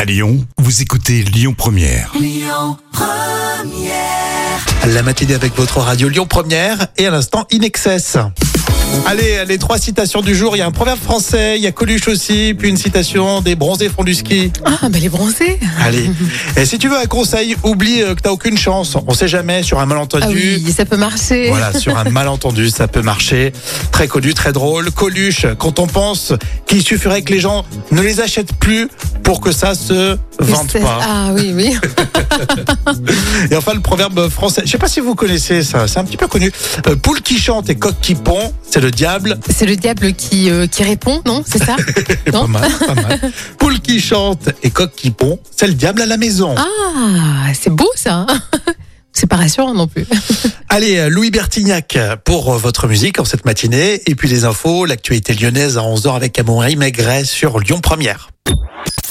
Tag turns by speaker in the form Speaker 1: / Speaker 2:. Speaker 1: À Lyon, vous écoutez Lyon Première.
Speaker 2: La matinée avec votre radio Lyon Première et à l'instant In Excess. Allez, les trois citations du jour. Il y a un proverbe français, il y a Coluche aussi, puis une citation des bronzés font du ski.
Speaker 3: Ah, bah les bronzés
Speaker 2: Allez. Et si tu veux un conseil, oublie euh, que t'as aucune chance. On sait jamais sur un malentendu.
Speaker 3: Ah oui, ça peut marcher.
Speaker 2: Voilà, sur un malentendu, ça peut marcher. Très connu, très drôle. Coluche, quand on pense qu'il suffirait que les gens ne les achètent plus pour que ça se vende
Speaker 3: C'est-
Speaker 2: pas.
Speaker 3: Ah oui, oui.
Speaker 2: Et enfin, le proverbe français. Je sais pas si vous connaissez ça, c'est un petit peu connu. Euh, poule qui chante et coq qui pond, c'est le diable.
Speaker 3: C'est le diable qui, euh, qui répond, non C'est ça
Speaker 2: C'est
Speaker 3: Non
Speaker 2: pas mal, pas mal. Poule qui chante et coq qui pond, c'est le diable à la maison.
Speaker 3: Ah, c'est beau ça C'est pas rassurant non plus.
Speaker 2: Allez, euh, Louis Bertignac euh, pour euh, votre musique en cette matinée. Et puis les infos, l'actualité lyonnaise à 11h avec Amaury Maigret sur Lyon Première.